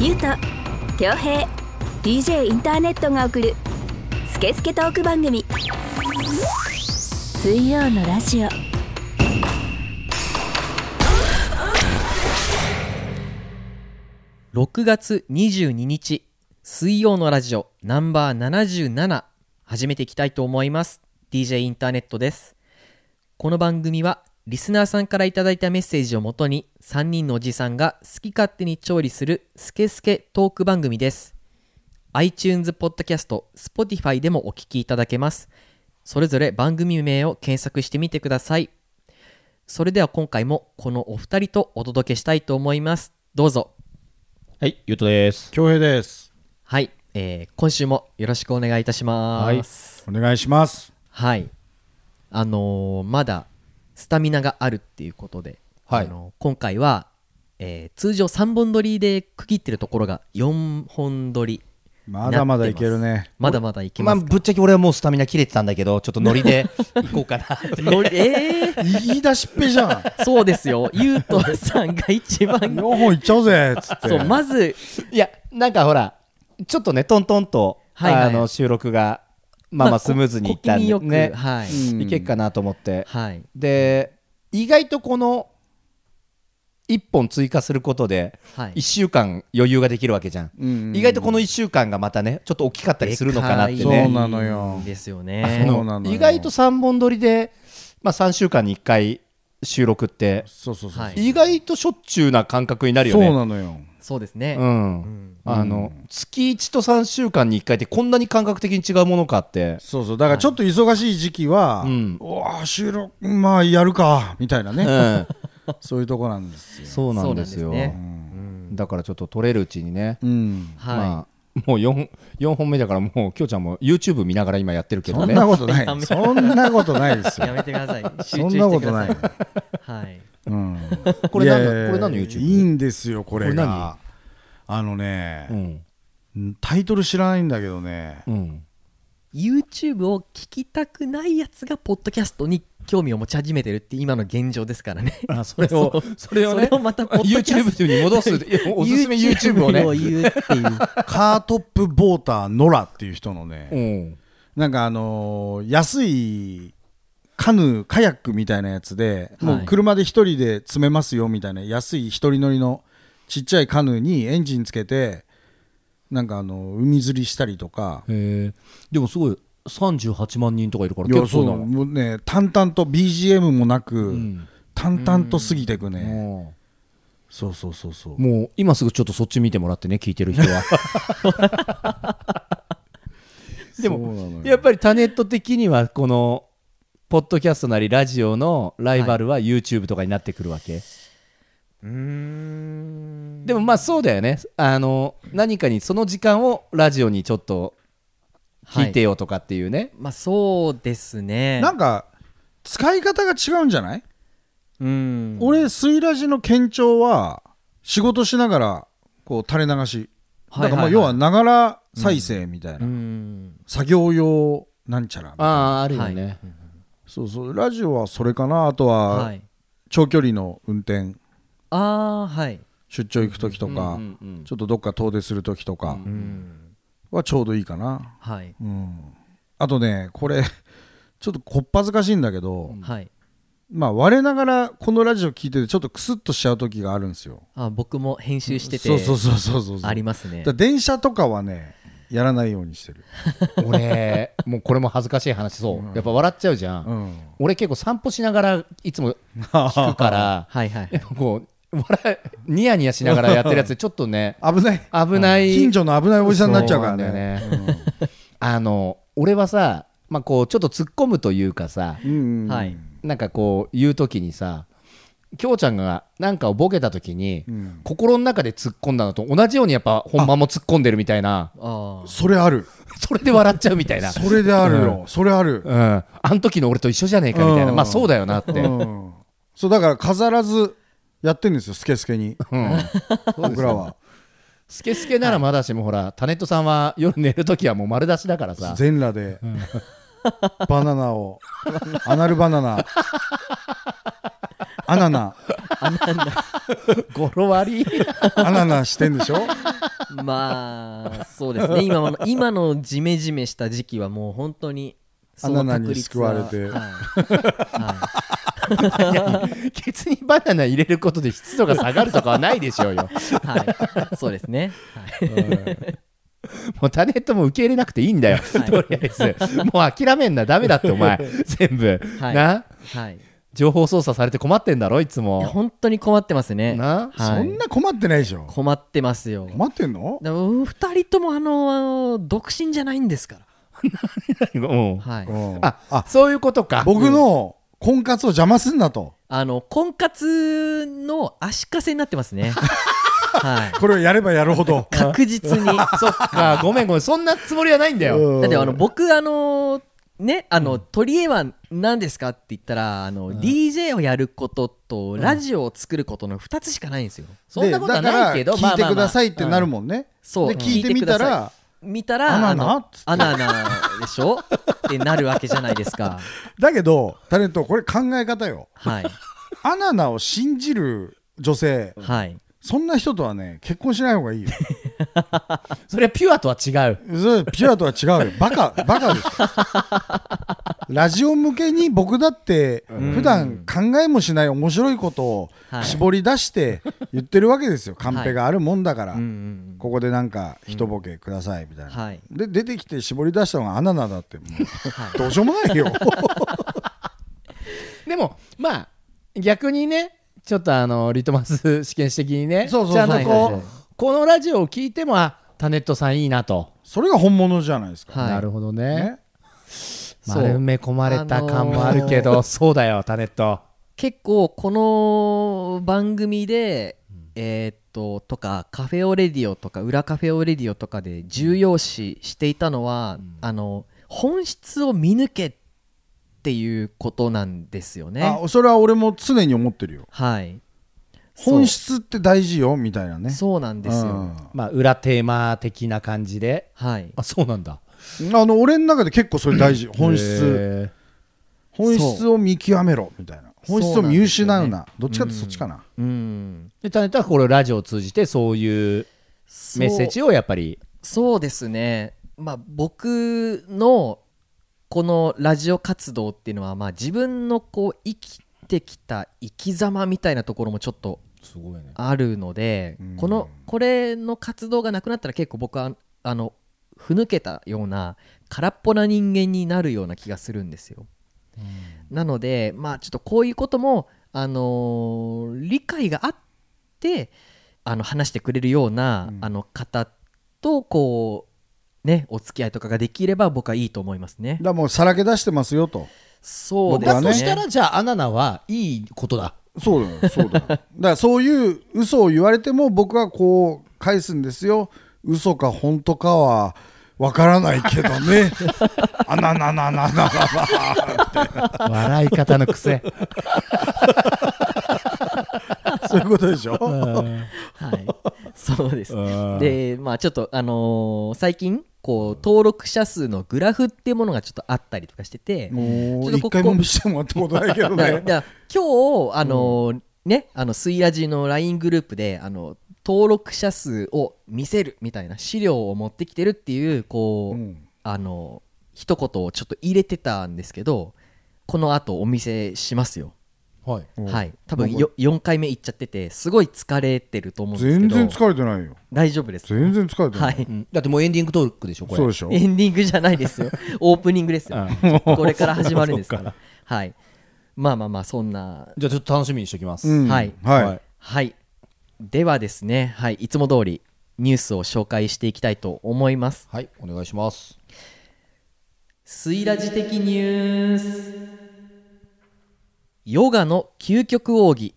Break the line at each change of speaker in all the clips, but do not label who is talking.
ゆうと恭平 DJ インターネットが送る「スケスケトーク番組」水曜のラジオ
6月22日水曜のラジオナンバー77始めていきたいと思います DJ インターネットですこの番組はリスナーさんからいただいたメッセージをもとに3人のおじさんが好き勝手に調理するスケスケトーク番組です iTunes ポッドキャスト Spotify でもお聞きいただけますそれぞれ番組名を検索してみてくださいそれでは今回もこのお二人とお届けしたいと思いますどうぞ
はい、ゆうとです。
恭平です
はい、えー今週もよろしくお願いいたします。
お願いします
はい。あのーまだスタミナがあるっていうことで、
はい
あのー今回は、えー通常3本撮りで区切ってるところが4本撮り。
まだまだいけるね
まだまだいけ
まあ、
ますか。
ぶっちゃけ俺はもうスタミナ切れてたんだけど、ちょっとノ リで行こうかなって。
の えー
言い出しっぺじゃん
そうですよ。ゆうとさんが一
4
番、
本いっちゃおうぜっつって
そう、まず、
いや、なんかほら、ちょっとね、トントンと、
はいはい
あの収録が、まあまあスムーズにいっ
ま
たん
あ
で、
小気味よ
ね
くはい
うん
いけっかなと思って。
はい。
で、意外とこの、1本追加することで、
はい
1週間余裕ができるわけじゃん。
うん
意外とこの1週間がまたね、ちょっと大きかったりするのかなって
で
そう
かい
ね。
なのよ
ですよ
あ
ね。
そうなのよ
意外と3本撮りで、まあ、3週間に1回収録って
そうそうそう、
はい
意外としょっちゅうな感覚になるよ
そう
ね
なのよ
そうですね。
うん
ん
あの月1と3週間に1回ってこんなに感覚的に違うものかって
そうそうだからちょっと忙しい時期は、
うん
うわー収録まあやるかみたいなね、
うん
そういうとこなんですよ
そうなんです
そ
よ
うなんですね
だからちょっと撮れるうちにね、
うん
はい。
まあもう 4, 四本目だからもうきょうちゃんも YouTube 見ながら今やってるけ
そ
ど
ん
ね
なことな
やめ
いそんなことないです
や
よ
めてください。集
そ
中
ん
して
なこと
くだ
な
さ
い
い。はい。
うん、
これ何の
いやいやいや
これ何の YouTube？
いいんですよこれが
こ
あのね
う、ん
タイトル知らないんだけどね
うん
YouTube を聞きたくないやつがポッドキャストに興味を持ち始めてるって今の現状ですからね。
あそれをそれをね
それをまたポッドキャス
YouTube に 戻すいやおすすめ YouTube を
YouTube を
ね
言うっていう。
カートップボーターノラっていう人のね、
うん
なんかあのー安いカヌーカヤックみたいなやつで、
はい
もう車で一人で詰めますよみたいな安い一人乗りのちっちゃいカヌーにエンジンつけてなんかあの海釣りしたりとか
へえでもすごい38万人とかいるから
いや
結
そ
構
う
な
もうね淡々と BGM もなく、
ん
淡々と過ぎていくね、
も
そうそうそうそう
うもう今すぐちょっとそっち見てもらってね聞いてる人はで
そうなの
も
よ
やっぱりタネット的にはこのポッドキャストなりラジオのライバルは YouTube とかになってくるわけ、
うーん。
でもまあそうだよねあの何かにその時間をラジオにちょっと聞いて
は
よとかっていうね、
まあそうですね。
なんか使い方が違うんじゃない
うん。
俺スイラジの県庁は仕事しながらこう垂れ流し、
はいはいはい
だからまあ要はながら再生みたいな、
うん。
作業用なんちゃらみたいな
あああるよね、
はい
そうそうラジオはそれかなあと
は。
はい長距離の運転
ああ、はい。
出張行く時とか、
うんうんうん
ちょっとどっか遠出する時とか
うん。
はちょうどいいかな、
はい。
うんあとねこれ ちょっとこっぱずかしいんだけど、
はい。
まあ我ながらこのラジオ聞いててちょっとクスッとしちゃう時があるんですよ
あ僕も編集してて、
そうそうそうそうそうそう
ありますね
だか。ら電車とかはねやらないようにしてる、
俺もうこれも恥ずかしい話そう、やっぱ笑っちゃうじゃん、
うん、
俺結構散歩しながらいつも聞くから
はいはいは
やっ
い。
ぱこう笑いニヤニヤしながらやってるやつちょっとね
危ない
危ない
近所の危ないおじさんになっちゃうからね
そうなんだよねあの俺はさ、まあ、こうちょっと突っ込むというかさ
うんうんうん
はい。
なんかこう言う時にさきょうちゃんがなんかをボケた時に、
ん
心の中で突っ込んだのと同じようにやっぱ本間も突っ込んでるみたいな
ああ。
それある
それで笑っちゃうみたいな、
それであるよ、それある、
うん、あん時の俺と一緒じゃねえかみたいな、
うん
まあそうだよなって、
うんそうだから飾らずやってるんですよスケスケに、僕らは
スケスケならまだしも、ほらタネットさんは夜寝るときはもう丸出しだからさ
全裸で、バナナをアナルバナナアナナ
語呂悪い
アナナしてんでしょ
まあそうですね今の今のジメジメした時期はもう本当にその
バナナ
確
に
率
救
は
われて
はいは
ケツにバナナ入れることで湿度が下がるとかはないでしょうよ
いはいそうですね、はい
もうタネットも受け入れなくていいんだよ、とりあえずもう諦めんなダメだってお前全部、
はい
な
はい、い
情報操作されて困ってんだろいつ
や
も
本当に困ってますね
な
はい
そんな困ってないでしょ
困ってますよ
困ってんの
だ2人ともあの独身じゃないんですから
うん
はい、
うん
あそういうことか
僕の婚活を邪魔すんなと
あの婚活の足かせになってます ねはい
これをやればやるほど
確実に
そっか ごめんごめんそんなつもりはないんだよ
だってあの僕あのねあの取り柄は何ですかって言ったらあの DJ をやることとラジオを作ることの2つしかないんですよ
そんなことはないけど
でだから聞いてくださいってなる
ん
もんね
そう
で聞いてみたら
見たら
あなな
あのあなあなでしょってなるわけじゃないですか
だけどタレントこれ考え方よ
はい
アナナを信じる女性
はい
そんな人とはね結婚しない方がいいよ
それはピュアとは違う
それピュアとは違うよバカバカですよラジオ向けに僕だって普段考えもしない面白いことを
はい
絞り出して言ってるわけですよカンペがあるもんだから、
うんうん
ここでなんか一ボケくださいみたいな、
はい
で出てきて絞り出したのがアナナだってもう
はい
どうしようも ないよ
でもまあ逆にねちょっとあのリトマス試験紙的にね
そうそうそう
ちゃんとこう、
はいはいはい
このラジオを聞いてもあタネットさんいいなと、
それが本物じゃないですか、
はい
なるほどね
ね
そう
丸め込まれた感もあるけど、
あ
そうだよタネット
結構この番組で、えーっととかカフェオレディオとか裏カフェオレディオとかで重要視していたのは、あの本質を見抜けっていうことなんですよね。
あそれは俺も常に思ってるよ
はい。
本質って大事よみたいなね
そうそうなんですよ。
う
まあ裏テーマ的な感じで
はい。
あそうなんだ
んあの俺の中で結構それ大事本質
へー
本質を見極めろみたいな本質を見失うな
そうなん
どっちかってそっちかな、
うん。
でタネットはこれをラジオを通じてそういう
そう
メッセージをやっぱり
そうですね、まあ、僕のこのラジオ活動っていうのは、まあ、自分のこう生きてきた生き様みたいなところもちょっと
すごいね
あるので、
うん
このこれの活動がなくなったら結構僕はあのふぬけたような空っぽな人間になるような気がするんですよ。なのでまあちょっとこういうことも、あのー理解があってあの話してくれるような、
うん
あの方とこうねお付き合いとかができれば僕はいいと思いますね
だ。からもうさらけ出してますよと
そうで
僕は
す
だ
ね
ね。
としたらじゃあアナナはいいことだ
そうだよそうだよだからそういう嘘を言われても僕はこう返すんですよ嘘か本当かはわからないけど ねあなななななな
笑い方の癖
そういうことでしょ
はい、そうです
うん。
で、まあ、ちょっと、あのー最近、こう、登録者数のグラフっていうものがちょっとあったりとかしてて、
も
ちょっと
う一
ここ
回も見せてもらったことないけ ど
だからだ
ね
から今日、あのーね、あの、スイラジの LINE グループで、あの、登録者数を見せるみたいな資料を持ってきてるっていう、こう、
うん
あの一言をちょっと入れてたんですけど、この後お見せしますよ。
はい
はい。多分よ、4回目いっちゃってて、すごい疲れてると思うんですけ
全
ど、
然疲れてないよ
大丈夫です。
全然疲れてな、
はいい。
だってもうエンディングトークでしょこれ
そうでしょ
エンディングじゃないですよ。オープニングですよ。これから始まるんですか
そ
ら。はい。まあまあまあ、そんな。
じゃあちょっと楽しみにしておきます、
うん
はい
はい、
はい。ではですね、はい。いつも通りニュースを紹介していきたいと思います。
はい、お願いします。
スイラジ的ニュース。ヨガの究極奥義。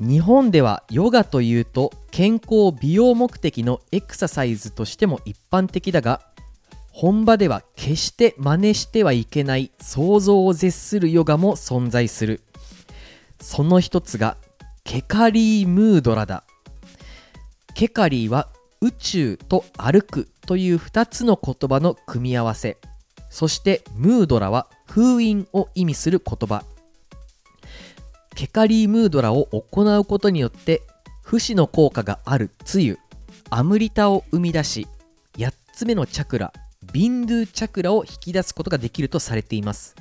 日本ではヨガというと健康美容目的のエクササイズとしても一般的だが本場では決して真似してはいけない想像を絶するヨガも存在するその一つがケカリームードラだケカリーは宇宙と歩くという2つの言葉の組み合わせそしてムードラは封印を意味する言葉ケカリームードラを行うことによって不死の効果があるつゆアムリタを生み出し8つ目のチャクラビンドゥチャクラを引き出すことができるとされています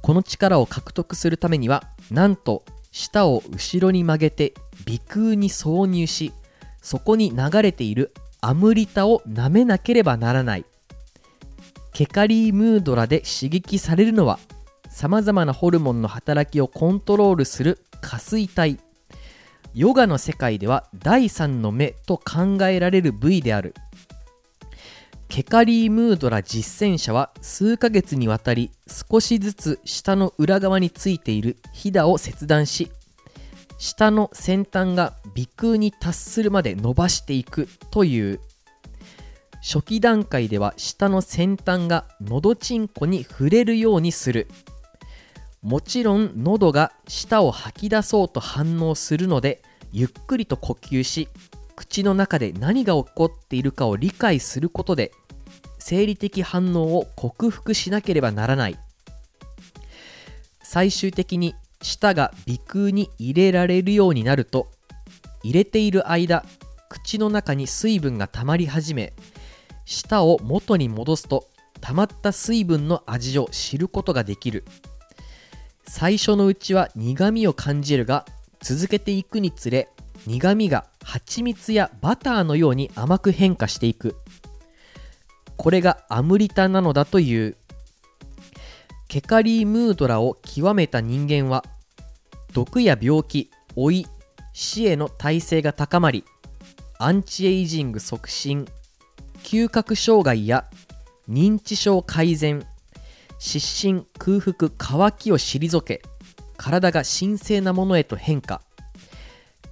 この力を獲得するためにはなんと舌を後ろに曲げて鼻腔に挿入しそこに流れているアムリタを舐めなければならないケカリームードラで刺激されるのはさまざまなホルモンの働きをコントロールする下垂体ヨガの世界では第三の目と考えられる部位であるケカリームードラ実践者は数ヶ月にわたり少しずつ舌の裏側についているひだを切断し舌の先端が鼻腔に達するまで伸ばしていくという初期段階では舌の先端がのどちんこに触れるようにするもちろん喉が舌を吐き出そうと反応するのでゆっくりと呼吸し口の中で何が起こっているかを理解することで生理的反応を克服しなければならない最終的に舌が鼻腔に入れられるようになると入れている間口の中に水分が溜まり始め舌を元に戻すと溜まった水分の味を知ることができる最初のうちは苦味を感じるが続けていくにつれ苦味が蜂蜜やバターのように甘く変化していくこれがアムリタなのだというケカリームードラを極めた人間は毒や病気老い死への耐性が高まりアンチエイジング促進嗅覚障害や認知症改善失神空腹渇きを退け体が神聖なものへと変化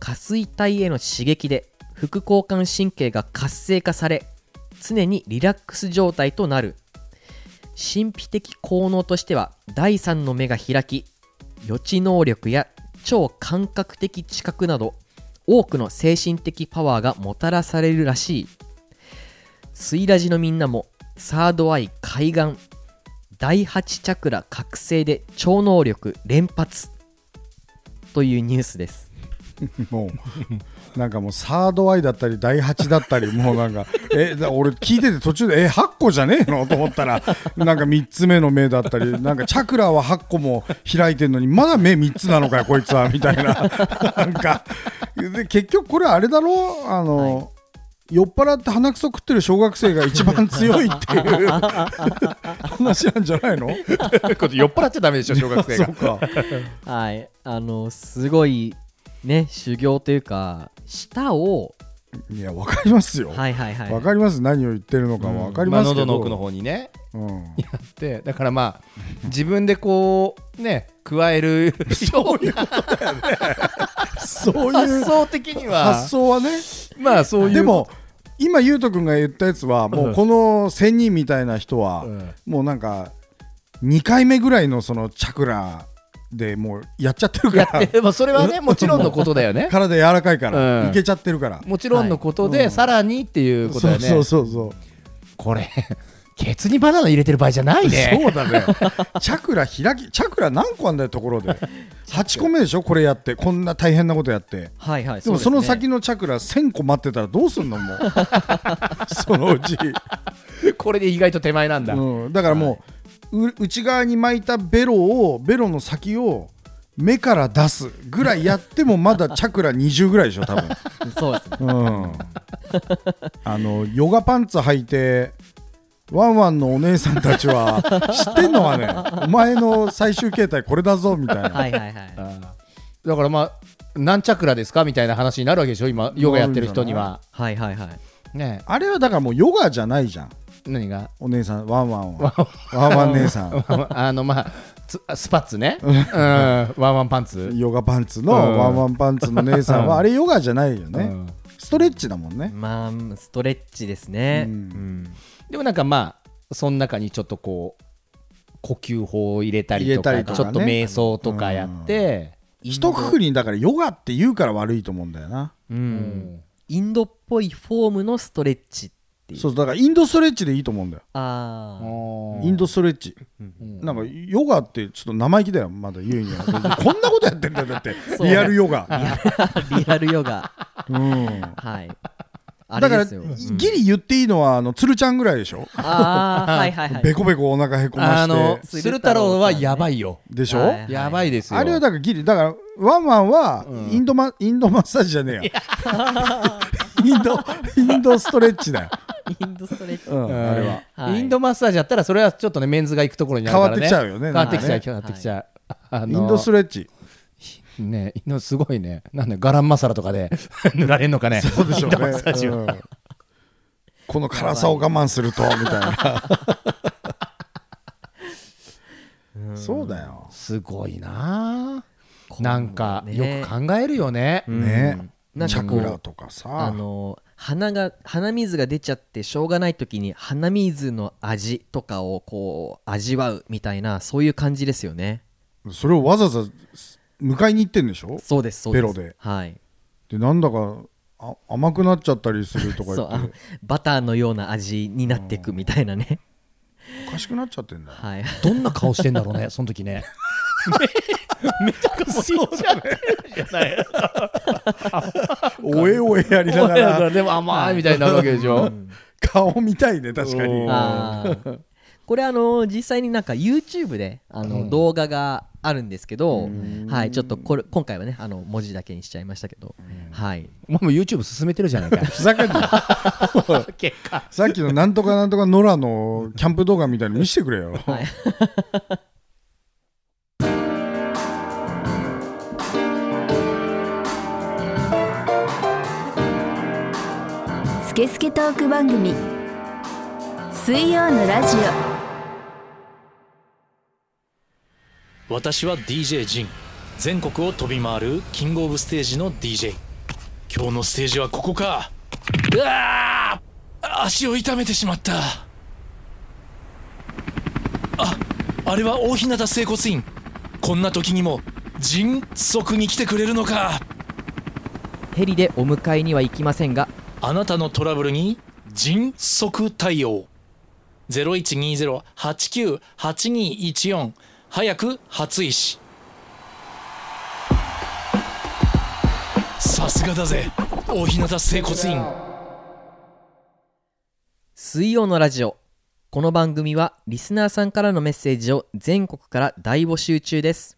下垂体への刺激で副交感神経が活性化され常にリラックス状態となる神秘的効能としては第三の目が開き予知能力や超感覚的知覚など多くの精神的パワーがもたらされるらしいスイラジのみんなもサードアイ海岸第8チャクラ覚醒で超能力連発というニュースです
もうなんかもうサードアイだったり第8だった りもうなんかえだ俺聞いてて途中でえ8個じゃねえのと思っ たらなんか3つ目の目だったりなんかチャクラは8個も開いてるのにまだ目3つなのかよこいつはみた いななんかで結局これあれだろあの、酔っ払って鼻くそ食ってる小学生が一番強いっ ていう話なんじゃない
こ
の
れ酔っ払っちゃダメでしょ小学生
そ
が
うか
はい、あのすごいね修行というか舌を
いやわかりますよ、わ
はいはいはい
かります何を言ってるのか
うん
わかりますけ
喉
ど、
の奥の方にね
うん
やってだからまあ自分でこうね加え るそう いう
そうい
発
う
想的には
発想はね
まあそういう
でも今ゆうとくんが言ったやつはもうこの仙人みたいな人は
うん
もうなんか2回目ぐらいのそのチャクラでもうやっちゃってる
や
か
ってでもそれはねもちろんのことだよ ね
ら体柔らかいか
う
ら
ん
いけちゃってるから
もちろんのことで、
はいうん
さらにっていうことだよ
そう
ね
そうそうそう
これケツにバナナ入れてる場合じゃないね
そうだね チャクラ開きチャクラ何個あんだよところで8個目でしょこれやってこんな大変なことやって
はいはい
でもその先
の
のチャクラ1000個待ってたらどうすんのもう そのうち
これで意外と手前なんだ、
うん、だからもう,う、内側に巻いたベロをベロの先を目から出すぐらいやってもまだ チャクラ20ぐらいでしょ多分、
そうですね
うん、あのヨガパンツ履いてワンワンのお姉さんたち は知ってんのはねお前の最終形態これだぞみたいな、
はいはいはい
あーだからまあ何チャクラですかみたいな話になるわけでしょ今ヨガやってる人には
はいはいはい
ね
あれはだからもうヨガじゃないじゃん
え何が
お姉さんワンワンはワンワン姉さん
あのまあつスパッツね、うん、ワンワンパンツ、
ヨガパンツの
うん
ワンワンパンツの姉さんはあれヨガじゃないよ
う
ね、
ん
ストレッチだもんね
まあストレッチですね
う
うんん
でもなんかまあその中にちょっとこう呼吸法を入れたりとか
入れたり
ち
と
ょ
かね
っと瞑想とかやって、
一括りにだからヨガって言うから悪いと思うんだよな
う
うん
んインドっぽいフォームのストレッチっっていう
そうだからインドストレッチでいいと思うんだよ
ああ
インドストレッチ、なんかヨガってちょっと生意気だよまだ言うにはこんなことやってんだよだって
そう
リアルヨガ、
リアルヨガ
うん、
はいあ
だ
れ
から
ですよ
ギリ言っていいのはあの鶴ちゃんぐらいでしょ
ああはいはいはい
ベコベコお腹へこま
あの
して
鶴太郎はやばいよ、
でしょ、
はい
やばいですよ
あれはだからギリだからワンワンはインドマ、インドマッサージじゃねえや インドインドストレッチだよ、
インドストレッチ
うん
うん
あれは
はい
インドマッサージやったらそれはちょっとねメンズが行くところになるから、ね、
変わってきちゃうよね
変わってきちゃ
な
うん変わってきちゃう、あ
イ
の
ンドストレッチ
ねインドすごいねなんだよガランマサラとかで 塗られんのかね
そうでしょう
インドマッサージは
ね、うんこの辛さを我慢するとみたいなそうだよ
すごいなあなんか
ね
よく考えるよね
ね
なん
チ
かこ
ャ
う
クラとか
あ
さ
の鼻が鼻水が出ちゃってしょうがない時に鼻水の味とかをこう味わうみたいなそういう感じですよね
それをわざわざ迎えに行ってんでしょ
そうですそうです
ベロで
はい
でなんだかあ甘くなっちゃったりするとか
そう
言
あ
っ
の
て
バターのような味になっていくみたいなね
おかしくなっちゃってんだよ
はい
どんな顔してんだろうねその時ねめちゃくちゃそうじゃね
おえおえやりな が ら
でも甘いみたいになるわけでしょ、
顔見たいね確か
う
に
ん
あーこれあの実際になんか YouTube であの、動画があるんですけど、はい、ちょっとこれ今回はねあの文字だけにしちゃいましたけど、はい、
お前も YouTube 進めてるじゃないか
ふざけん な
結果
さっきのなんとかなんとか野良のキャンプ動画みたいに見せてくれよ
はい、
スケスケトーク番組水曜のラジ
私は DJ ジン全国を飛び回るキングオブステージの DJ 今日のステージはここかうわー足を痛めてしまったああれは大日向整骨院こんな時にも迅速に来てくれるのか
ヘリでお迎えには行きませんが
あなたのトラブルに迅速対応0120-89-8214早く初石さすがだぜ大日向整骨院
水曜のラジオこの番組はリスナーさんからのメッセージを全国から大募集中です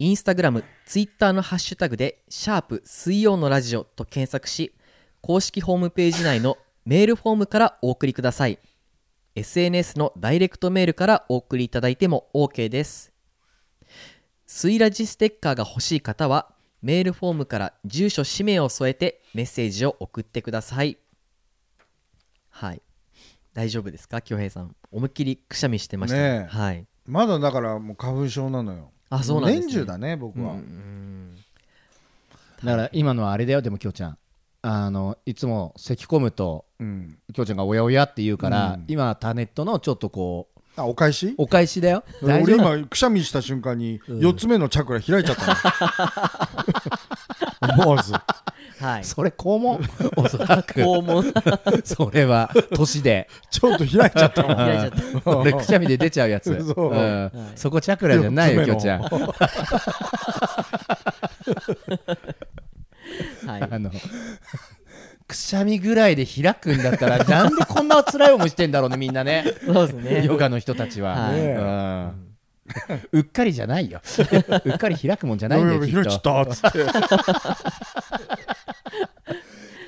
インスタグラムツイッターのハッシュタグで「シャープ水曜のラジオ」と検索し公式ホームページ内のメールフォームからお送りください SNS のダイレクトメールからお送りいただいても OK です水ラジステッカーが欲しい方はメールフォームから住所氏名を添えてメッセージを送ってくださいはい大丈夫ですか京平さん思いっきりくしゃみしてました
ねえ
はい
まだだからもう花粉症なのよ
あそうなんですね
年中だね僕は、
だから今のはあれだよでもきょうちゃんあのいつも咳き込むと
うん
きょうちゃんがおやおやって言うから、
うん
今タネットのちょっとこう
あお返し
お返しだよ大
俺
丈夫
今くしゃみした瞬間に4つ目のチャクラ開いち ゃったの思わず
はい
それ肛門おそらく
肛門
それは年で
ちょっと開いちゃった
開いちゃった
これくしゃみで出ちゃうやつ
そうん
そこチャクラじゃないよきょうちゃん
はい
あのくしゃみぐらいで開くんだったらなんでこんな辛い思いしてんだろうねみんなね
そうです ね
ヨガの人たちは、
はい
うんうっかりじゃない ようっかり開くもんじゃないんだよき
開いちゃ
っ
っ
と
たっつって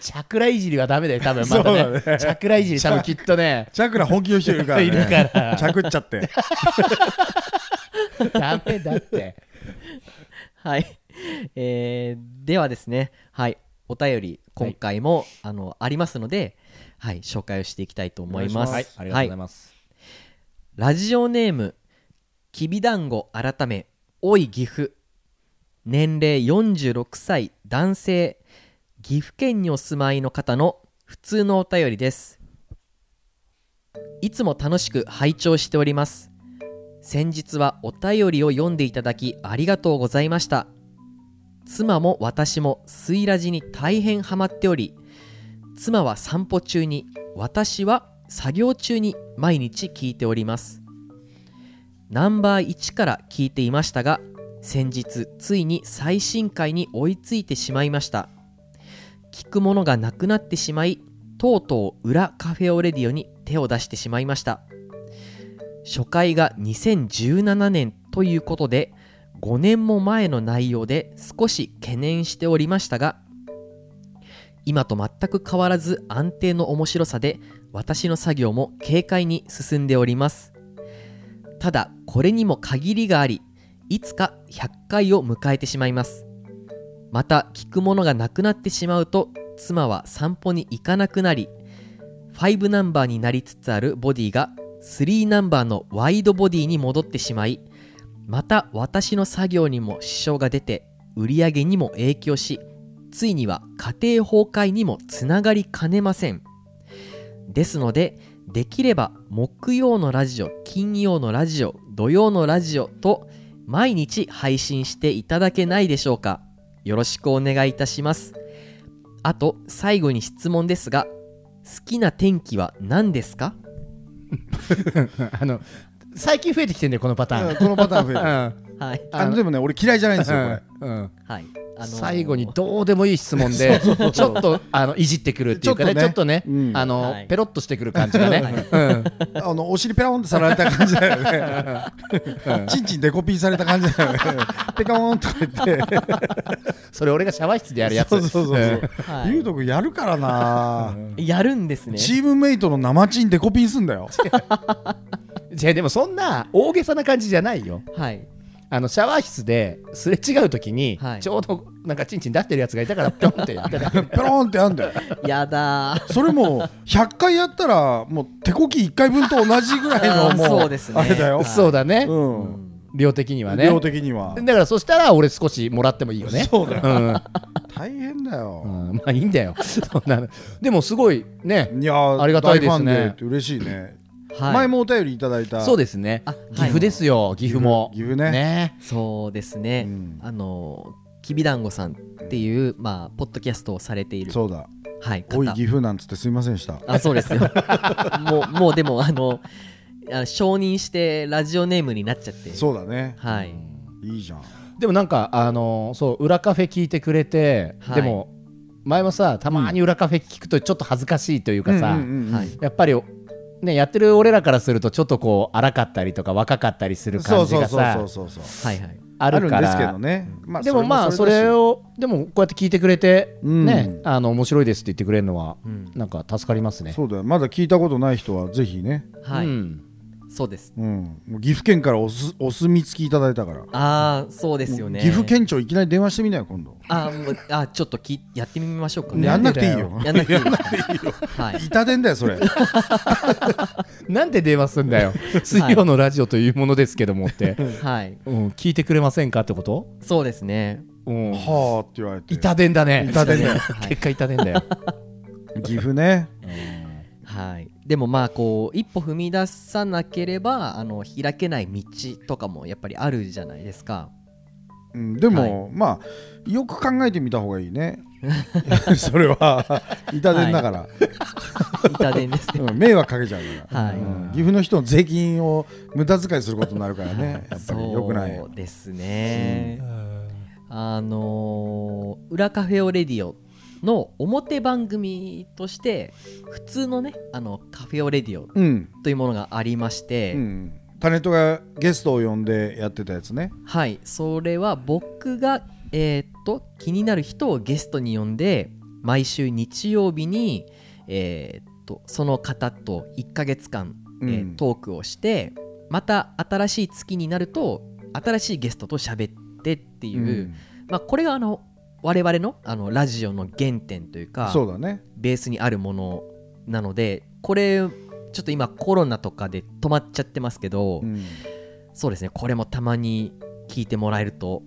チャクラいじりはダメだよ多分まだね
そうだね
チャクラいじり多分きっとね
チャクラ本気の人いるから、ね、
いるから
チャクっちゃって
ダメだって
はい、えーではですね、はい、お便り今回も、あのありますので、はい、紹介をしていきたいと思います。
はいありがとうござい
は
ます、
ラジオネームきびだんご改めおい岐阜年齢46歳男性岐阜県にお住まいの方の普通のお便りですいつも楽しく拝聴しております先日はお便りを読んでいただきありがとうございました妻も私もスイラジに大変ハマっており妻は散歩中に私は作業中に毎日聞いておりますナンバー1から聞いていましたが先日ついに最新回に追いついてしまいました聞くものがなくなってしまいとうとう裏カフェオレディオに手を出してしまいました初回が2017年ということで5年も前の内容で少し懸念しておりましたが今と全く変わらず安定の面白さで私の作業も軽快に進んでおりますただこれにも限りがありいつか100回を迎えてしまいますまた聞くものがなくなってしまうと妻は散歩に行かなくなり5ナンバーになりつつあるボディが3ナンバーのワイドボディに戻ってしまいまた私の作業にも支障が出て売り上げにも影響しついには家庭崩壊にもつながりかねませんですのでできれば木曜のラジオ金曜のラジオ土曜のラジオと毎日配信していただけないでしょうかよろしくお願いいたしますあと最後に質問ですが好きな天気は何ですか
あの最近増えてきてんだよこのパターン
このパターン増えてる
う
はい
あのでもね俺嫌いじゃないんですよこれ
んうん
はい、あのー
最後にどうでもいい質問でちょっとあのいじってくるっていうかねちょ
ち
っ
ょっ
と
と
ね
うん
あの
はい
ペロッとしてくる感じがねうん
あのお尻ペラーンってさられた感じだよね。ちんちんデコピーされた感じだよね。ペカーンとか言って。
それ俺がシャワー室でやるやつ
そうそうそうそう。
はい
ゆうとくんやるからな。
やるんですね
チームメイトの生チンデコピーすんだよ。
じゃあでもそんな大げさな感じじゃないよ
はい
あのシャワー室ですれ違う時に
はい
ちょうどなんかチンチン出してるやつがいた からピョンってやったら
ペローンってやんだよ。
やだ ー
それも100回やったらもう手こき1回分と同じぐらい
あ
の
ー
もう
そうですね
あれだよ。
そうだね
うん。
量的にはね
量的には
だ。からそしたら俺少しもらってもいいよね
そうだよ。
うん
大変だよ。
うんまあいいんだよそんなのでもすごいね
いやー
ありがたいですね
大ファンでって嬉しいね。
はい
前もお便りいただいた。
そうですね
あ
岐阜ですよ岐阜も
岐阜ね
そうですね、
うん
あのきびだんごさんっていう、まあ、ポッドキャストをされている、
そうだ。
はい、
おい
方
岐阜なんつってすいませんでした。
あそうですよ もうもうでもあのあ承認してラジオネームになっちゃって
そうだね。
はい
いいじゃん。
でもなんかあのそう裏カフェ聞いてくれて、
はい
でも前もさたまに裏カフェ聞くとちょっと恥ずかしいというかさ、
うんうんうんうん
はい
やっぱりねやってる俺らからするとちょっとこう荒かったりとか若かったりする
そ
感
う
じ
そう
が
そう
さ
そうそうそう。
はいはい
あるから
んですけどね。ま
でもまあそれ
を
をでもこうやって聞いてくれて、
うん
ねあの面白いですって言ってくれるのは、
うん
なんか助かりますね。
そうだよ。まだ聞いたことない人はぜひね。
はい、
うん
そうです
うん。もう岐阜県からおすお墨付きいただいたから。
ああそうですよね
岐阜県庁いきなり電話してみなよ今度。
あもうあちょっときやってみましょうかね
やんなくていいよ。
やんなくていいはい
いたでんだ よそれ。
なんで電話すんだよ水曜のラジオというものですけども って、
はい
うん、聞いてくれませんかってこと、
そうですね
うん、
はあって言われて。
いたでんだね
痛手だよ
はい
結果いたでんだよ
岐阜ね。
はい、でもまあこう一歩踏み出さなければあの開けない道とかもやっぱりあるじゃないです か
うん。でも、まあよく考えてみた方がいいね。 それはいたでんだから、
痛手ですね
うん迷惑かけちゃうから、
はい
うん岐阜の人の税金を無駄遣いすることになるからねやっぱり良くない
そ
よ
うですね、あのー裏カフェオレディオ」の表番組として普通のねあのカフェオレディオ
うん
というものがありまして、
うん、タネットがゲストを呼んでやってたやつね
はいそれは僕がえーっと気になる人をゲストに呼んで毎週日曜日にえーっとその方と1ヶ月間、えー
うん
トークをしてまた新しい月になると新しいゲストと喋ってっていう、まあ、これがあの我々のあのラジオの原点というか
そうだね
ベースにあるものなのでこれちょっと今コロナとかで止まっちゃってますけど、
うん
そうですねこれもたまに聞いてもらえると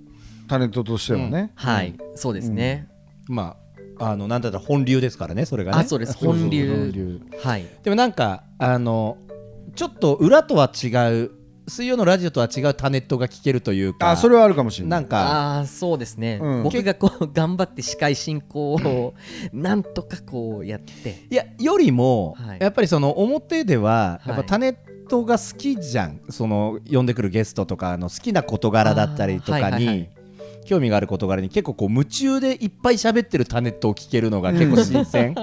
タネットとしてはね、
はい、そうですね、
まああのなんだったら本流ですからねそれがね
あそうです本流はい
でもなんかあのちょっと裏とは違う水曜のラジオとは違うタネットが聞けるというか
あそれはあるかもしれな
ないんか
ああそうですね、
うん
僕がこう 頑張って司会進行をなんとかこうやって
いやよりも、
はい
やっぱりその表では
はい
やっぱタネットが好きじゃんその呼んでくるゲストとかの好きな事柄だったりと
あー
か
はいはいは
に興味がある事柄に結構こう夢中でいっぱい喋ってるタネットを聞けるのが結構新 鮮、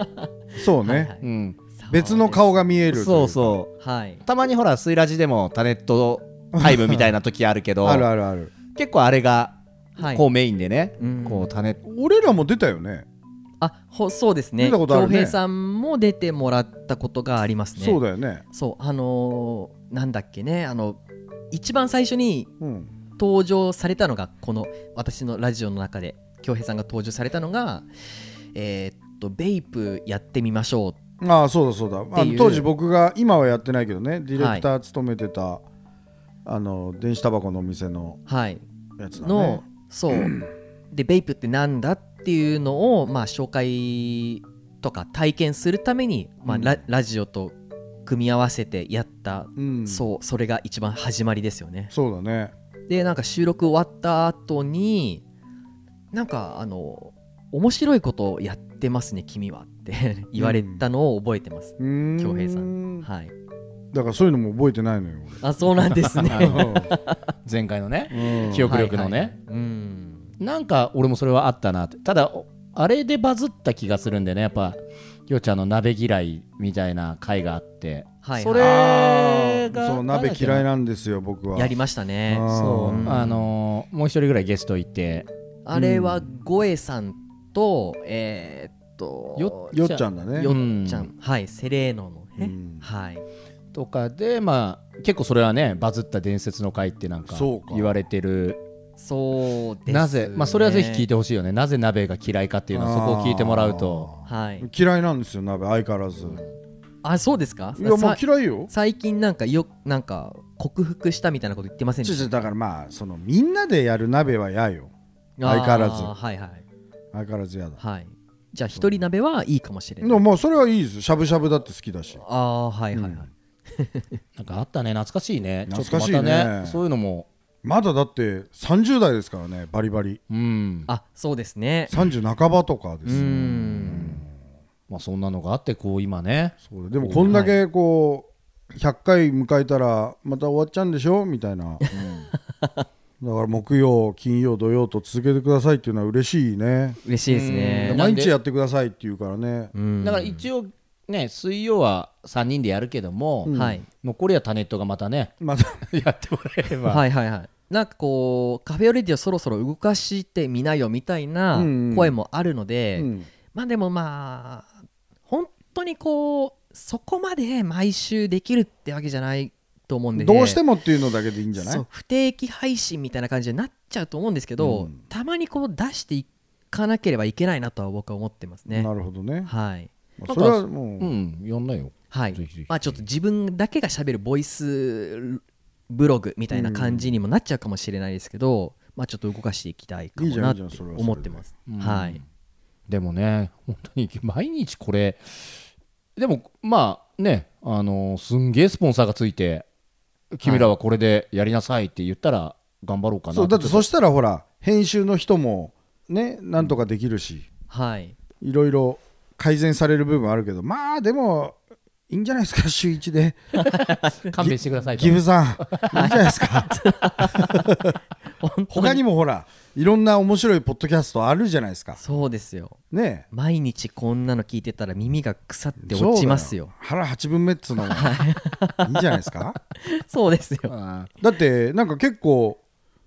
そう
はいは
ね
い
うん、
別の顔が見える
そうそう
はい
たまにほらスイラジでもタネットタイムみたいな時あるけど
あるあるある
結構あれが
はい
こうメインでね、
うん
こうタネット
俺らも出たよね
あほそうですね
見たことあるね
平さんも出てもらったことがありますね
そうだよね
そうあのーなんだっけねあの一番最初に
うん
登場されたのがこの私のラジオの中で恭平さんが登場されたのがえーっとベイプやってみましょう
ああそうだそうだあ
ってい
の
う
当時僕が今はやってないけどねディレクター務めてた、あの電子タバコのお店の
はい
やつだね
のそうでベイプってなんだっていうのをまあ紹介とか体験するためにまあ
うん
ララジオと組み合わせてやった
うん
そうそれが一番始まりですよね
そうだね
でなんか収録終わった後になんかあの面白いことをやってますね君はって 言われたのを覚えてます、
うーん
恭平さんはい
だからそういうのも覚えてないのよ
あそうなんですね
前回のね
俺うん
記憶力のね、
はいはいうん
なんか俺もそれはあったなってただおあれでバズった気がするんでねやっぱきょうちゃんの鍋嫌いみたいな回があって、
はい
それが
そう鍋嫌い
な
なんですよ僕は
やりましたね
あー
そう、
うん
あのーもう一人ぐらいゲストいて
あれはゴエさんとえーっと
よ
よっちゃんだね
よ
よ
っちゃん、はいセレーノのね、
うん
はい
とかでまあ結構それはねバズった伝説の回ってなんか
そうか
言われてる
そうですね
なぜ、まあ、それはぜひ聞いてほしいよねなぜ鍋が嫌いかっていうのはそこを聞いてもらうと
はい
嫌いなんですよ鍋相変わらず
あそうですか
いやも
さ
う嫌いよ
最近なんかよなんか克服したみたいなこと言ってません
ち
で
ょち
し
ょ
た
だからまあそのみんなでやる鍋は嫌よ相変わらず
あーはいはい
相変わらず嫌だ
はいじゃあ一人鍋はいいかもしれ
で
ない
もまあそれはいいですしゃぶしゃぶだって好きだし
ああはいはいはい、
なんかあったね懐かしいね
懐かしい
ち
ね
ょっとまたねそういうのも
まだだって30代ですからねバリバリ
うん
あそうですね
30半ばとかで
うー
すよ
ん
まあ、そんなのがあってこう今ね
そうでもこんだけこう100回迎えたらまた終わっちゃうんでしょみたいな、 だから木曜金曜土曜と続けてくださいっていうのは嬉しいね
嬉しいです
う
ね
んな
毎
んで
日やってくださいっていうからね
うん
だから一応ね水曜は3人でやるけども、
はい
残りはタネットがまたね
また
やってもらえれば、
はいはいはいなんかこうカフェオレディをそろそろ動かしてみなよみたいな
うん
声もあるので、
うん
まあでもまあ本当にこうそこまで毎週できるってわけじゃないと思うんでね、
どうしてもっていうのだけでいいんじゃない
そう不定期配信みたいな感じになっちゃうと思うんですけど、
うん
たまにこう出していかなければいけないなとは僕は思ってますね
なるほどね、
はい
な
ま
んか
あそれはもう、
うんやんないよ
はい
ぜひぜひ
まあちょっと自分だけが喋るボイスブログみたいな感じにもなっちゃうかもしれないですけど、まあちょっと動かしていきたいかも
いいじゃん
ないっ
い
て
じゃんそれはそれで
思ってます
うん
はい
でもね本当に毎日これでもまあねあのすんげえスポンサーがついて君らはこれでやりなさいって言ったら頑張ろうかな
そうだって
ちょ
そしたらほら編集の人もねなんとかできるし
はい
いろいろ改善される部分あるけどまあでもいいんじゃないですか週一で
っと勘弁してくださいと
岐 阜さんいいんじゃないですか他にもほらいろんな面白いポッドキャストあるじゃないですか
そうですよ
ねえ
毎日こんなの聞いてたら耳が腐って落ちますよ
そうだ腹八分目っつ うのもいいんじゃないですか
そうですよ
あー
だってなんか結構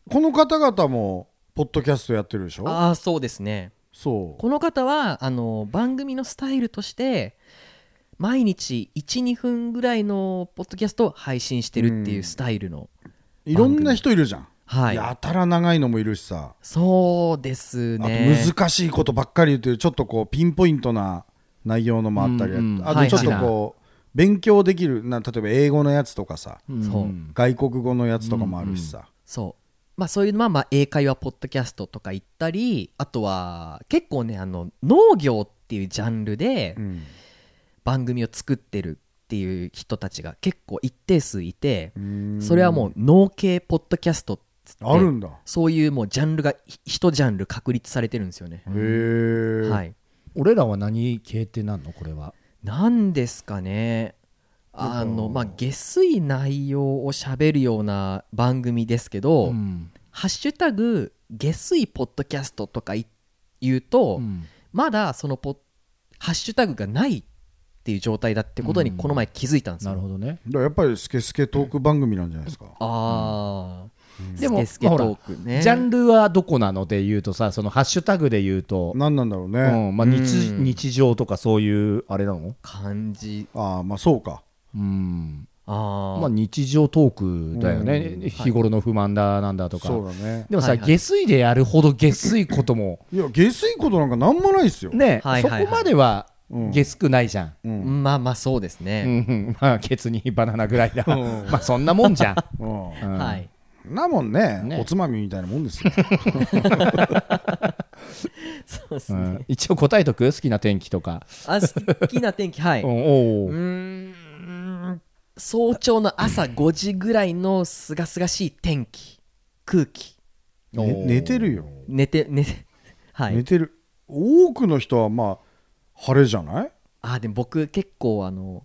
この方々もポッドキャストやってるでしょ
ああそうですね
そう
この方はあの番組のスタイルとして毎日12分ぐらいのポッドキャストを配信してるっていうスタイルの、
いろんな人いるじゃん、
はい
やたら長いのもいるしさ
そうです
あと
ね
難しいことばっかり言ってるちょっとこうピンポイントな内容のもあったり、
うんうん
あとちょっと
はい
こう勉強できるな例えば英語のやつとかさ
そう
外国語のやつとかもあるしさ、
そうまあそういうまあまあ英会話ポッドキャストとか行ったりあとは結構ねあの農業っていうジャンルで
うん
番組を作ってるっていう人たちが結構一定数いて
うーん
それはもう脳系ポッドキャストっつって
あるんだ
そういうもうジャンルがひ一ジャンル確立されてるんですよね
へ、え、
はい
俺らは何系ってなんのこれは
なんですかねあのまあ下水内容をしゃべるような番組ですけど、
ん
ハッシュタグ下水ポッドキャストとかい言うと、
うん
まだそのポッハッシュタグがないっていう状態だってことに
うん
この前気づいたんですよ、
なるほどね
だからやっぱりスケスケトーク番組なんじゃないですか
ああ、
ん
でもスケスケトークね、
ジャンルはどこなので言うとさそのハッシュタグで言うと、
何なんだろうね、
うんまあ、日
うん
日常とかそういうあれなの
感じ
ああまあそうか
うん
あ、
まあ、日常トークだよね、
うん
日頃の不満だなんだとか、
そうだね
でもさ、
はいはい
下水でやるほど下水ことも
いや下水ことなんかなんもないですよ、
ね、
はいはいはい
そこまでは
うん
下水くないじゃん、
うん
まあまあそうです
うん
ね、
うんまあケツにバナナぐらいだまあそんなもんじゃん、
うん
うん
はい
なもんね
ね
おつまみみたいなもんですよ
そうです
う
ね、
ん一応答えとく好きな天気とか、
あ好きな天気 はい、
うん
う
おう
ーん早朝の朝5時ぐらいのすがすがしい天気空気
お
ね
う
寝てるよ、
寝て寝てはい
寝てる多くの人はまあ晴れじゃない
あでも僕結構あの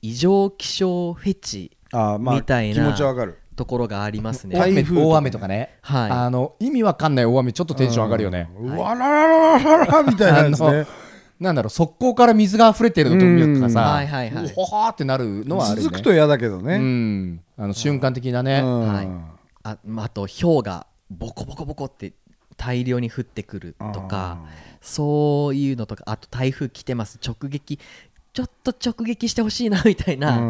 異常気象フェチ
ああまあ
みたいな
気持ちわかる
ところがありますね
大雨
台風とかね
大雨とかね、
はい
あの意味わかんない大雨ちょっとテンション上がるよね、
うわららららららみたいなやつね
なんだろう側溝から水が溢れてるのと見るかさ、
うんはいはいはいう
わーってなるのはあるよね
続くと嫌だけど
う
ね
んあの瞬間的なね、
うん
はいあまああと氷がボコボコボコって大量に降ってくるとかそういうのとかあと台風来てます直撃ちょっと直撃してほしいなみたいな
う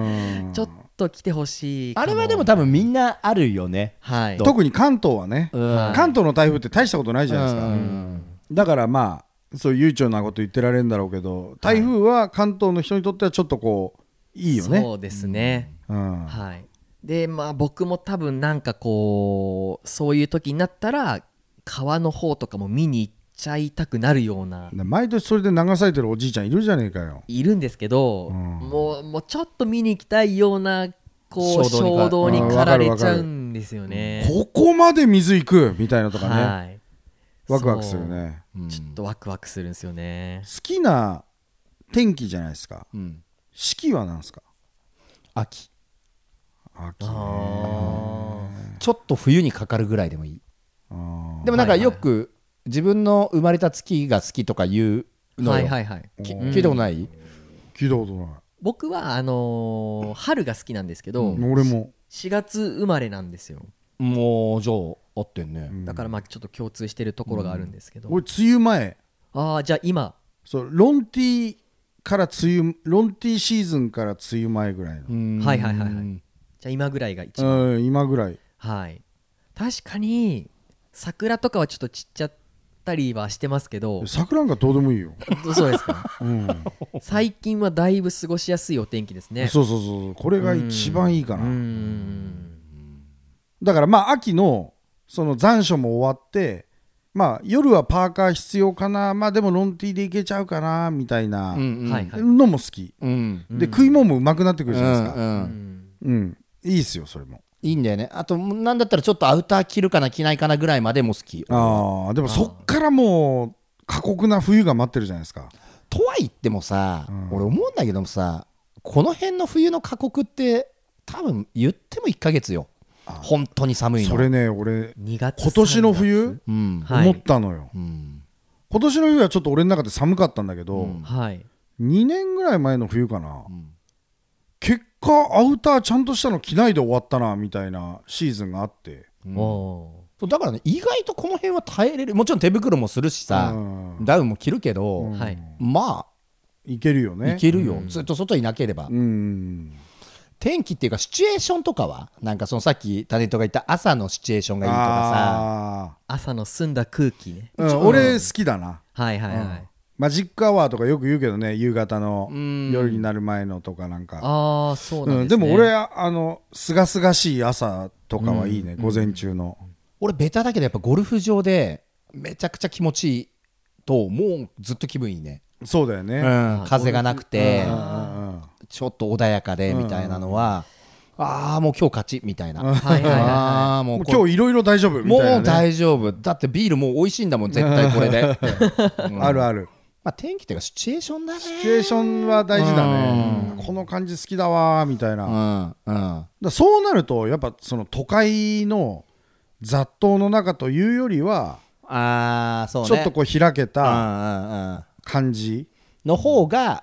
ん
ちょっと来てほしいか
あれはでも多分みんなあるよね
はい
特に関東はね
うん
関東の台風って大したことないじゃないです
う
か
ん
だからまあそういう悠長なこと言ってられるんだろうけど台風は関東の人にとってはちょっとこういいよね
そうですね
うん
はいでまあ僕も多分なんかこうそういう時になったら川の方とかも見に行っちゃいたくなるような
毎年それで流されてるおじいちゃんいるじゃねえかよ
いるんですけど、
うん
もうもうちょっと見に行きたいようなこう
衝
衝動
動に
に
うん
駆られ
わ
ち
かる
ゃ
わか
う
る
んですよね。
ここまで水行くみたいなとかね、
はい、
ワクワクするね
うん
そう。ちょっとワクワクするんですよね。
好きな天気じゃないですか
うん
四季は何ですか
秋
秋
ちょっと冬にかかるぐらいでもいい
あ
でもなんかよく自分の生まれた月が好きとか言うのよ、
はいはいはい。
き聞いたことない
ー聞いたことない
僕はあのー春が好きなんですけど、
う
俺も
4月生まれなんですよ。
もうじゃあ合ってんね、
だからまあちょっと共通してるところがあるんですけど、
俺梅雨前
ああじゃあ今
そうロンティーから梅雨ロンティーシーズンから梅雨前ぐらいの
うん
はいはいはいはいじゃあ今ぐらいが一番、
うん今ぐらい
はい確かに桜とかはちょっと散っちゃったりはしてますけど
桜なんかどうでもいいよ、
そうですか
うん、
最近はだいぶ過ごしやすいお天気ですね
そうそうそうこれが一番いいか
う
な、
ーん
だからまあ秋のその残暑も終わってまあ夜はパーカー必要かなまあでもロンティーでいけちゃうかなみたいな
うんうん
はいはい、
のも好き、
うん
で食い物もうまくなってくるじゃないです
う
か
んう
うんん
うん、いいっすよそれも
いいんだよねあとなんだったらちょっとアウター着るかな着ないかなぐらいまでも好き
ああでもそっからもう過酷な冬が待ってるじゃないですか
とは言ってもさ、俺思うんだけどもさこの辺の冬の過酷って多分言っても1ヶ月よ本当に寒いの
それね俺
2月
今年の冬
うん
はい
思ったのよ、
うん
今年の冬はちょっと俺の中で寒かったんだけど、
うん
はい
2年ぐらい前の冬かな、
ん
結果アウターちゃんとしたの着ないで終わったなみたいなシーズンがあって
も
そうだからね意外とこの辺は耐えれるもちろん手袋もするしさ、
うん
ダウンも着るけど、
うはい
ま
いけるよ
あ
ね
いけるよ、ずっと外いなければ、
うん
天気っていうかシチュエーションとかはなんかそのさっきタネットが言った朝のシチュエーションがいいとか
あ
朝の澄んだ空気ね
ーうん俺好きだな
はいはいはい、
マジックアワーとかよく言うけどね夕方の
うん
夜になる前のとかなんか
ああそうなん
うん
です、
で
ね
も俺あのすがすがしい朝とかはいいね午前中の
さ俺ベタだけどやっぱゴルフ場でめちゃくちゃ気持ちいいともうずっと気分いいね
そうだよね
うん風がなくて、
うんうんうん
ちょっと穏やかでみたいなのは、ああもう今日勝ちみたいな、
はいはいはいは
ああも
も
う
う
こ
今日いろいろ大丈夫み
も
たいな、ね、
う大丈夫だってビールもう美味しいんだもん絶対これで、うん
あるある
まあ、天気っていうかシチュエーションだね
シチュエーションは大事だねこの感じ好きだわーみたいな、だか
うんうん
らそうなるとやっぱその都会の雑踏の中というよりは
ああそうね
ちょっとこう開け
うんう
た
んうん
感じ、
の方が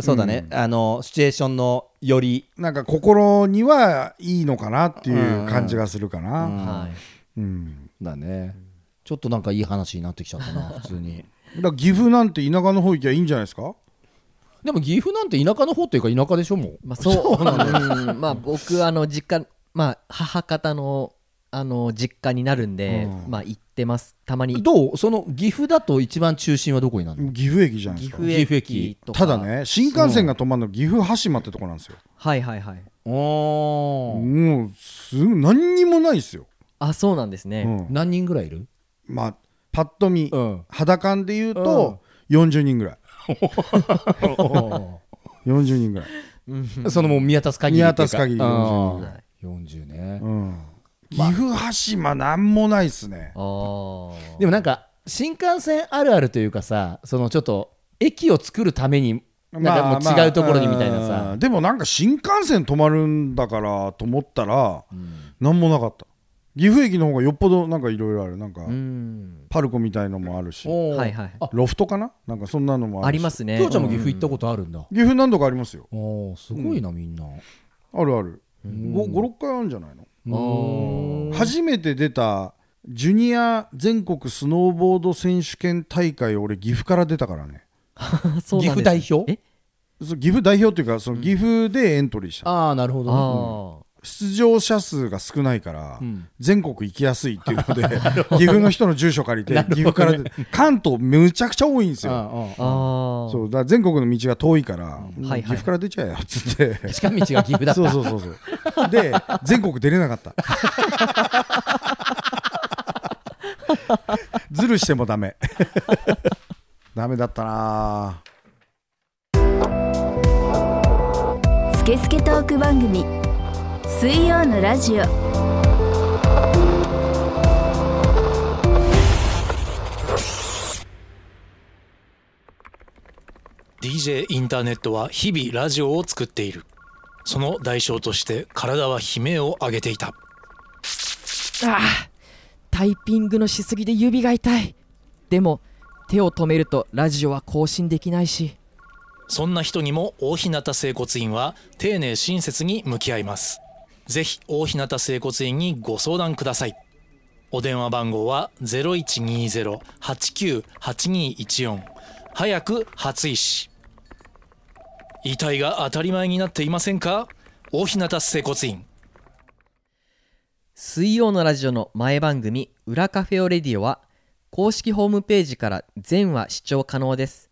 そうだね、あのシチュエーションのより
なんか心にはいいのかなっていう感じがするかな、
い はい
うん
だね、ちょっとなんかいい話になってきちゃった な普通に
だから岐阜なんて田舎の方行きゃいいんじゃないですか
でも岐阜なんて田舎の方っていうか田舎でしょもう
まあそううんまあ僕あの実家まあ母方のあの実家になるんで、まあ行ってますたまに
どうその岐阜だと一番中心はどこになるの
岐阜駅じゃないで
岐
すか
阜
岐阜駅
駅とか
ただね新幹線が止まるの岐阜羽島ってとこなんですよ
はいはいはい
おー
もうすぐ何にもないですよ、
あそうなんですね、
うん
何人ぐらいいる
まあパッと見、
ん
肌感で言うと40人ぐらい40人ぐらい、
そのもう見渡す限りっていうか
見渡す限り40
ぐらい
うん40ね、
うん、岐阜羽島なんもないっすね
あー
でもなんか新幹線あるあるというかさそのちょっと駅を作るためになんかもう違うところにみたいなさ、
うんでもなんか新幹線止まるんだからと思ったら、なんもなかった岐阜駅の方がよっぽどなんかいろいろあるなんか
うん
パルコみたいのもあるし
おー
はいはい
あ
ロフトかななんかそんなのもあるし
ありますね
きょうちゃんも岐阜行ったことあるんだ、
岐阜何度かありますよ
おーすごいなみんな、
あるある56回あるんじゃないの
お
初めて出たジュニア全国スノーボード選手権大会俺岐阜から出たからね
そうなんです
岐阜代表
え
そう岐阜代表っていうかその岐阜でエントリーした、
ああなるほどね、
ああ
出場者数が少ないから、
ん
全国行きやすいっていう ので岐阜の人の住所借りて岐阜から出て関東むちゃくちゃ多いんですよ
あああ
あ
そうだから全国の道が遠いから、
んはいはい
岐阜から出ちゃえよっつって
あ近道が岐阜だった
そうそうそうそうで全国出れなかったズルしてもダメダメだったな
スケスケトーク番組水曜のラジオ
「DJ インターネットは日々ラジオを作っている」その代償として体は悲鳴を上げていた
ああタイピングのしすぎで指が痛いでも手を止めるとラジオは更新できないし
そんな人にも大日向整骨院は丁寧親切に向き合います。ぜひ大日向整骨院にご相談ください。お電話番号は0120-89-8214早く初医師。遺体が当たり前になっていませんか大日向整骨院。
水曜のラジオの前番組「裏カフェオレディオ」は公式ホームページから全話視聴可能です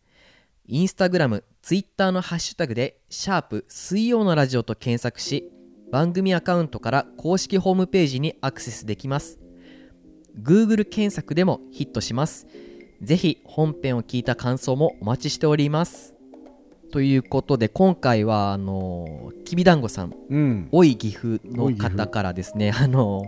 インスタグラムツイッターのハッシュタグで「シャープ水曜のラジオ」と検索し番組アカウントから公式ホームページにアクセスできます Google 検索でもヒットしますぜひ本編を聞いた感想もお待ちしておりますということで今回はあのきびだんごさん
うん
おい岐阜の方からですね、あの、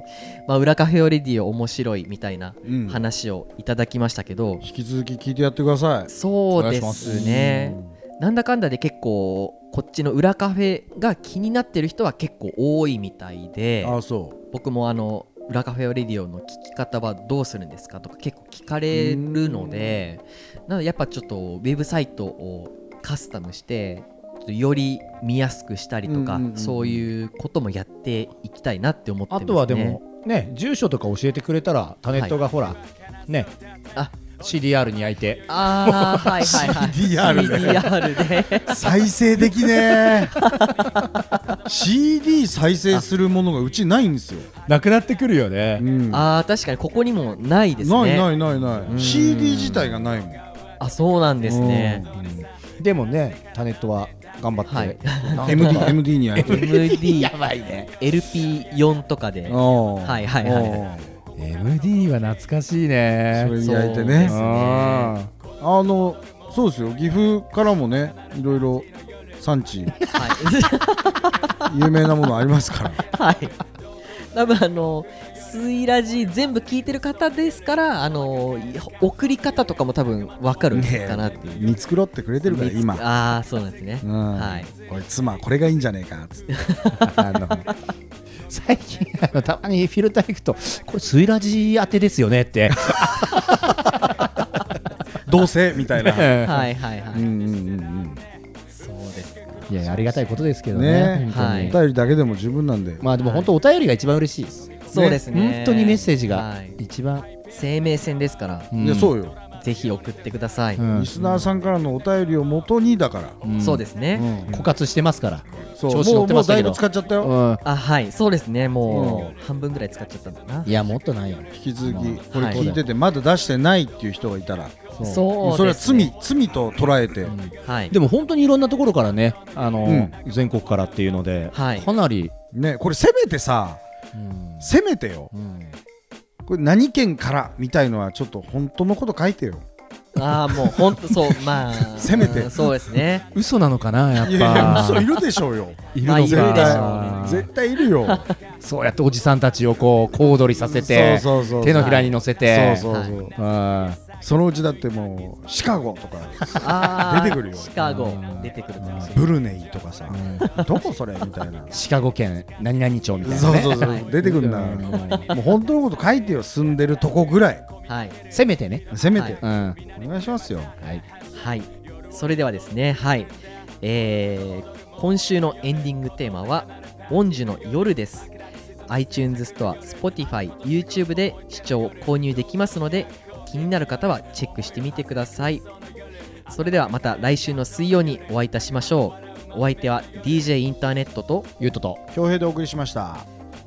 まあ、裏カフェオレディオ面白いみたいな
うん
話をいただきましたけど、
引き続き聞いてやってください
そうですね、なんだかんだで結構、こっちの裏カフェが気になってる人は結構多いみたいで、
ああそう
僕もあの、裏カフェオレディオの聞き方はどうするんですかとか結構聞かれるので、なのでやっぱちょっとウェブサイトをカスタムして、ちょっとより見やすくしたりとか、
うんうんうん
そういうこともやっていきたいなって思ってま
あ
すね。
とはでもね住所とか教えてくれたらタネットがほら、ね
あ
CDR に焼いて
ああ、はいはいはい。
CDR で
CDR で。
再生できねえ CD 再生するものがうちないんですよ、
なくなってくるよね
うん
ああ、確かにここにもないですね。
ないないないない CD 自体がないもん
あ、そうなんですね。
でもねタネットは頑張って、
はい
なんとか
MD, MD にやって
MD、
ばいね
LP4 とかで。は
は い
はいはいは
MD は懐かしいね
それに焼い
そ
てね
うですね
あのそうですよ岐阜からもねいろいろ産地
は
有名なものありますから
い、はい、多分あのスイラジ全部聞いてる方ですからあの送り方とかも多分わかるかなっていう、
見繕ってくれてるから今
ああそうなんですね、
うん
はい
おい妻これがいいんじゃねえかっつってあの
最近あのたまにフィルター行くとこれスイラジ当てですよねって
どうせみたいな
はいはいはい、
うんうんうん
そうですか
いやありがたいことですけ
う
ど
ん
ね本
ね
当に
はい
お便りだけでも十分なんで
まあでも本当お便りが一番嬉しいです、
そうですね
本当にメッセージが
はい
一番、
生命線ですから、
う、
いやそううよ
ぜひ送ってください、
うん
リスナーさんからのお便りをもとにだから
そうですね、
うん
枯渇してますから、
そう
調子乗
も
っ
う
て
も
ま
う
した
だ
け
い
ど
ぶ使っちゃったよ
うん
あはいそうですねもう、半分ぐらい使っちゃったんだない
やもっとないよね
引き続きこれ
はい
聞いててまだ出してないっていう人がいたら
そう
もうそれは罪罪と捉えて
はい
でも本当にいろんなところからね、あの
う
全国からっていうので、
はい
かなり、
ねこれせめてさ
うん
せめてよ
うん
これ何県からみたいのはちょっと本当のこと書いてよ
ああもう本当そうまあ
せめて
うんそうです ね
嘘なのかなやっぱ
いやいや嘘いるでしょうよ
いる
まあいる
の
でしょうね
か
絶対いるよ
そうやっておじさんたちをこう小躍りさせて
そうそうそう
手のひらに乗せて、
そうそうそう
あ
そのうちだってもうシカゴとか
あー
出てくるよ
シカゴ出てくるかもしれない
ブルネイとかさどこそれみたいな
シカゴ県何々町みたいな、ね、
そうそうそ
はいう
出てくるんだからもう本当のこと書いてよ住んでるとこぐらい
はい
せめてね、
せめて
うんは
お願いしますよ
い、
はいそれではですねはいえー今週のエンディングテーマは「オンジュの夜」です iTunes ストア Spotify、YouTube で視聴購入できますので気になる方はチェックしてみてくださいそれではまた来週の水曜にお会いいたしましょうお相手は DJ インターネットと
ゆうとと。
恭平でお送りしました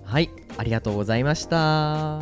はい、ありがとうございました。